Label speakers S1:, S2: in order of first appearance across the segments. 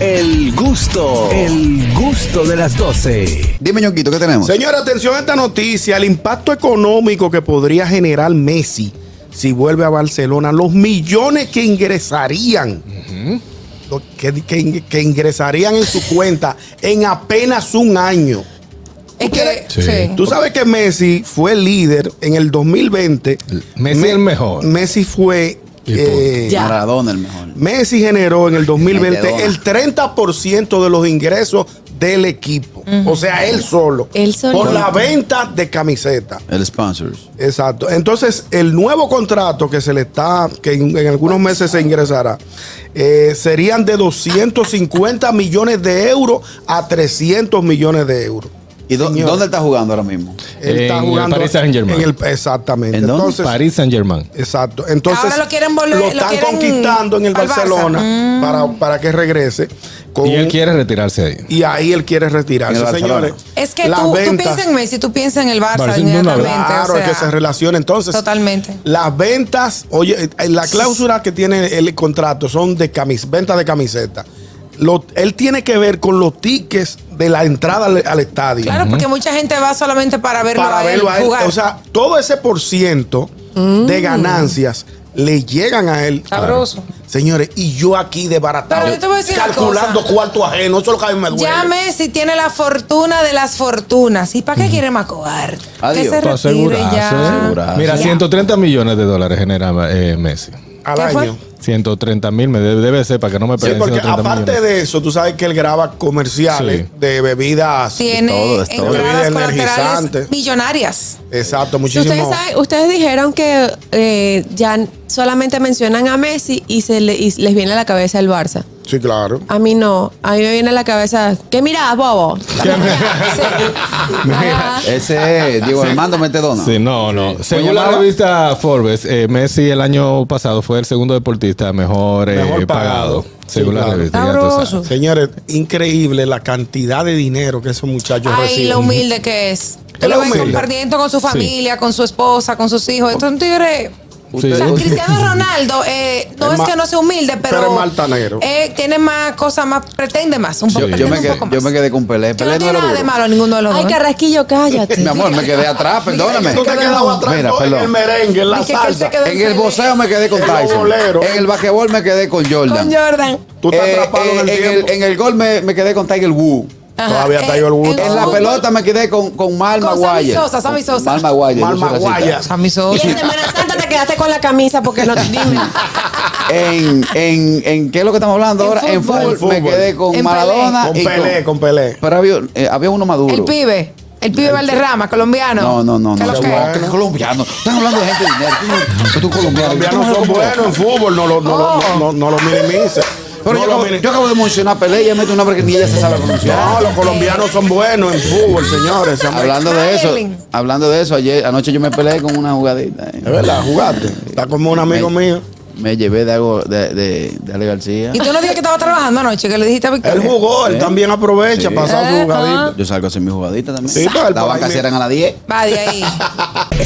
S1: El gusto, el gusto de las 12.
S2: Dime, ñoquito, ¿qué tenemos?
S3: Señora, atención a esta noticia. El impacto económico que podría generar Messi si vuelve a Barcelona, los millones que ingresarían, lo que, que- que ingresarían en su cuenta en apenas un año.
S4: Es que,
S5: Sí.
S4: sí.
S3: Tú sabes que Messi fue líder en el 2020.
S5: Messi el mejor.
S3: Messi fue...
S5: Y
S3: eh,
S4: Ya.
S2: Maradona, el mejor.
S3: Messi generó en el 2020
S2: Vendedora.
S3: el 30% de los ingresos del equipo. O sea, él solo.
S4: Él solo.
S3: Por la venta de camisetas.
S2: El sponsor.
S3: Exacto. Entonces, el nuevo contrato que se le está, que en, en algunos meses se ingresará, eh, serían de 250 millones de euros a 300 millones de euros.
S2: ¿Y dó-
S3: Señor.
S2: dónde está jugando ahora mismo?
S3: Él
S5: En
S3: está
S5: el
S3: jugando
S5: Paris Saint-Germain.
S3: en el- exactamente.
S2: ¿En dónde?
S3: Entonces,
S5: París Saint Germain.
S3: Exacto. Entonces
S4: Ahora lo quieren volver-
S3: lo
S4: lo
S3: están
S4: quieren
S3: conquistando en el
S4: al Barça. Mm.
S3: Barcelona para, para que regrese. con-
S5: Y él quiere retirarse de ahí.
S3: y ahí él quiere retirarse,
S2: En el Barcelona.
S3: señores.
S4: Es que
S3: las
S4: tú, tú
S3: ventas-
S4: piensas en Messi, tú piensas en el Barça
S5: Barça, sin duda,
S4: inmediatamente.
S3: Claro,
S4: o sea,
S3: que se relaciona. Entonces,
S4: Totalmente.
S3: las ventas, oye, eh, la cláusula que tiene el contrato son de camis, ventas de camiseta. Lo- él tiene que ver con los tickets de la entrada al, al estadio.
S4: Claro, porque mucha gente va solamente para verlo,
S3: para
S4: a,
S3: verlo
S4: él
S3: a él.
S4: jugar. Mm.
S3: O sea, todo ese por ciento de ganancias le llegan a él.
S4: Sabroso.
S3: Señores, y yo aquí de
S4: Pero yo te voy a decir una
S3: calculando
S4: cosa.
S3: cuarto ajeno, eso es lo que a mí me duele.
S4: ya Messi tiene la fortuna de las fortunas. ¿Y para qué quiere más cobarde? Que
S2: Adiós.
S4: se
S2: Para
S4: retire ya.
S2: asegurarse.
S5: Mira,
S4: Ya.
S5: 130 millones de dólares genera eh, Messi.
S3: Al
S4: ¿Qué fue?
S3: año.
S5: 130 mil me debe, debe ser para que no me
S3: Sí,
S5: peguen
S3: porque
S5: 130
S3: aparte
S5: millones.
S3: de eso, tú sabes que él graba comerciales
S5: Sí.
S3: de bebidas.
S4: Tiene
S2: todo, es todo.
S4: entradas
S3: Bebida energizante.
S4: colaterales millonarias.
S3: Exacto,
S6: Ustedes,
S3: muchísimo.
S6: saben- ustedes dijeron que eh, ya solamente mencionan a Messi y, se le- y les viene a la cabeza el Barça.
S3: Sí, claro.
S6: A mí no. A mí me viene a la cabeza. ¿Qué miras, bobo?
S3: Ah.
S6: Ajá.
S2: Ese es Diego Armando Metedona.
S5: Sí, no, no. Según la
S2: llamaba-
S5: revista Forbes, eh, Messi el año pasado fue el segundo deportista mejor, eh,
S3: Mejor pagado.
S5: pagado.
S3: Sí,
S5: Según la
S3: claro.
S5: revista. ya tú sabes.
S4: Sabroso.
S3: Señores, increíble la cantidad de dinero que esos muchachos
S4: Ay,
S3: reciben.
S4: lo humilde que es. Tú
S3: Él es
S4: lo ves
S3: humilde.
S4: compartiendo con su familia, con su esposa, con sus hijos. Entonces, un tigre. O sea,
S5: Sí.
S4: Cristiano Ronaldo eh, no
S3: Es
S4: es,
S3: más-
S4: que no sea humilde, pero,
S3: pero es más altanero.
S4: eh, tiene más cosas, más pretende más, un poco,
S5: Yo-
S2: Yo
S4: pretende
S2: me,
S4: un
S2: quedé,
S4: poco más.
S2: yo me quedé con Pelé.
S4: Que no
S2: Pelé no
S4: tiene
S2: era
S4: nada de
S2: duro.
S4: malo ninguno de los
S6: Ay,
S4: dos. ¿eh?
S6: Carrasquillo,
S2: Mi
S6: cállate.
S2: amor, me quedé atrás, perdóname.
S3: Tú te has quedado atrás
S2: Mira,
S3: todo en el
S2: perdón.
S3: merengue, en la
S4: Dije que él se
S3: salsa.
S4: quedó
S2: En el boxeo me quedé con
S3: En los
S2: Tyson.
S3: boleros.
S2: En el basquetbol me quedé con Jordan.
S4: Con Jordan.
S3: Tú estás
S2: Eh,
S3: atrapado
S2: eh,
S3: en el tiempo.
S2: en el gol me, me quedé con Tiger Woo.
S4: Ajá.
S3: Todavía está yo el gusto.
S4: en
S2: En la
S4: fútbol.
S2: pelota me quedé con, con Mal
S4: Con Sammy
S2: Maguire.
S4: Sosa, Sammy
S2: Con
S4: Sosa.
S2: Mal Maguire.
S3: Mal
S2: yo soy racista.
S3: Maguire.
S4: Sammy
S6: Y
S4: Sosa.
S6: en Semana Santa te quedaste con la camisa porque no dime.
S2: En, en, en qué es lo que estamos hablando
S4: En
S2: ahora? En
S4: fútbol.
S2: fútbol,
S3: En
S2: me quedé con
S4: Pelé.
S2: Maradona.
S3: Con
S2: Ah, y
S3: Pelé, con Pelé.
S2: Pero había, eh, había uno más duro.
S4: El pibe. El pibe Valderrama, colombiano.
S2: No, no, no.
S4: ¿Qué
S2: no,
S4: lo que?
S3: Bueno.
S2: no, que colombiano. Están hablando de gente de dinero. Tú, tú colombiano.
S3: Los
S2: Tú
S3: colombianos
S2: no
S3: son
S2: eres
S3: buenos en fútbol, no lo, no, lo- no, no, no lo minimices.
S2: Pero
S3: No
S2: yo,
S3: lo
S2: acabo,
S3: mini-
S2: yo acabo de mencionar a Pelé y ella mete un nombre que ni ella se sabe
S3: No,
S2: pronunciar.
S3: los colombianos son buenos en fútbol, señores. Se han-
S2: hablando de eso,
S4: Marlin.
S2: hablando de eso, ayer anoche yo me peleé con una jugadita. eh.
S3: Es verdad, jugaste. Está como un amigo
S2: Me-
S3: mío.
S2: Me llevé de algo de, de, de Ale García.
S4: Y tú no dijiste que estaba trabajando anoche, que le dijiste a
S3: Él
S4: Victoria.
S3: jugó, él
S2: Sí.
S3: también aprovecha,
S2: Sí.
S3: pasar su
S4: Ajá.
S3: jugadita.
S2: Yo salgo a hacer mi jugadita también.
S3: Sí, pero el
S2: la
S3: por ahí
S2: banca
S3: me-
S2: cierran a las 10.
S4: Va de ahí.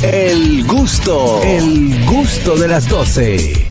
S1: El gusto, el gusto de las 12.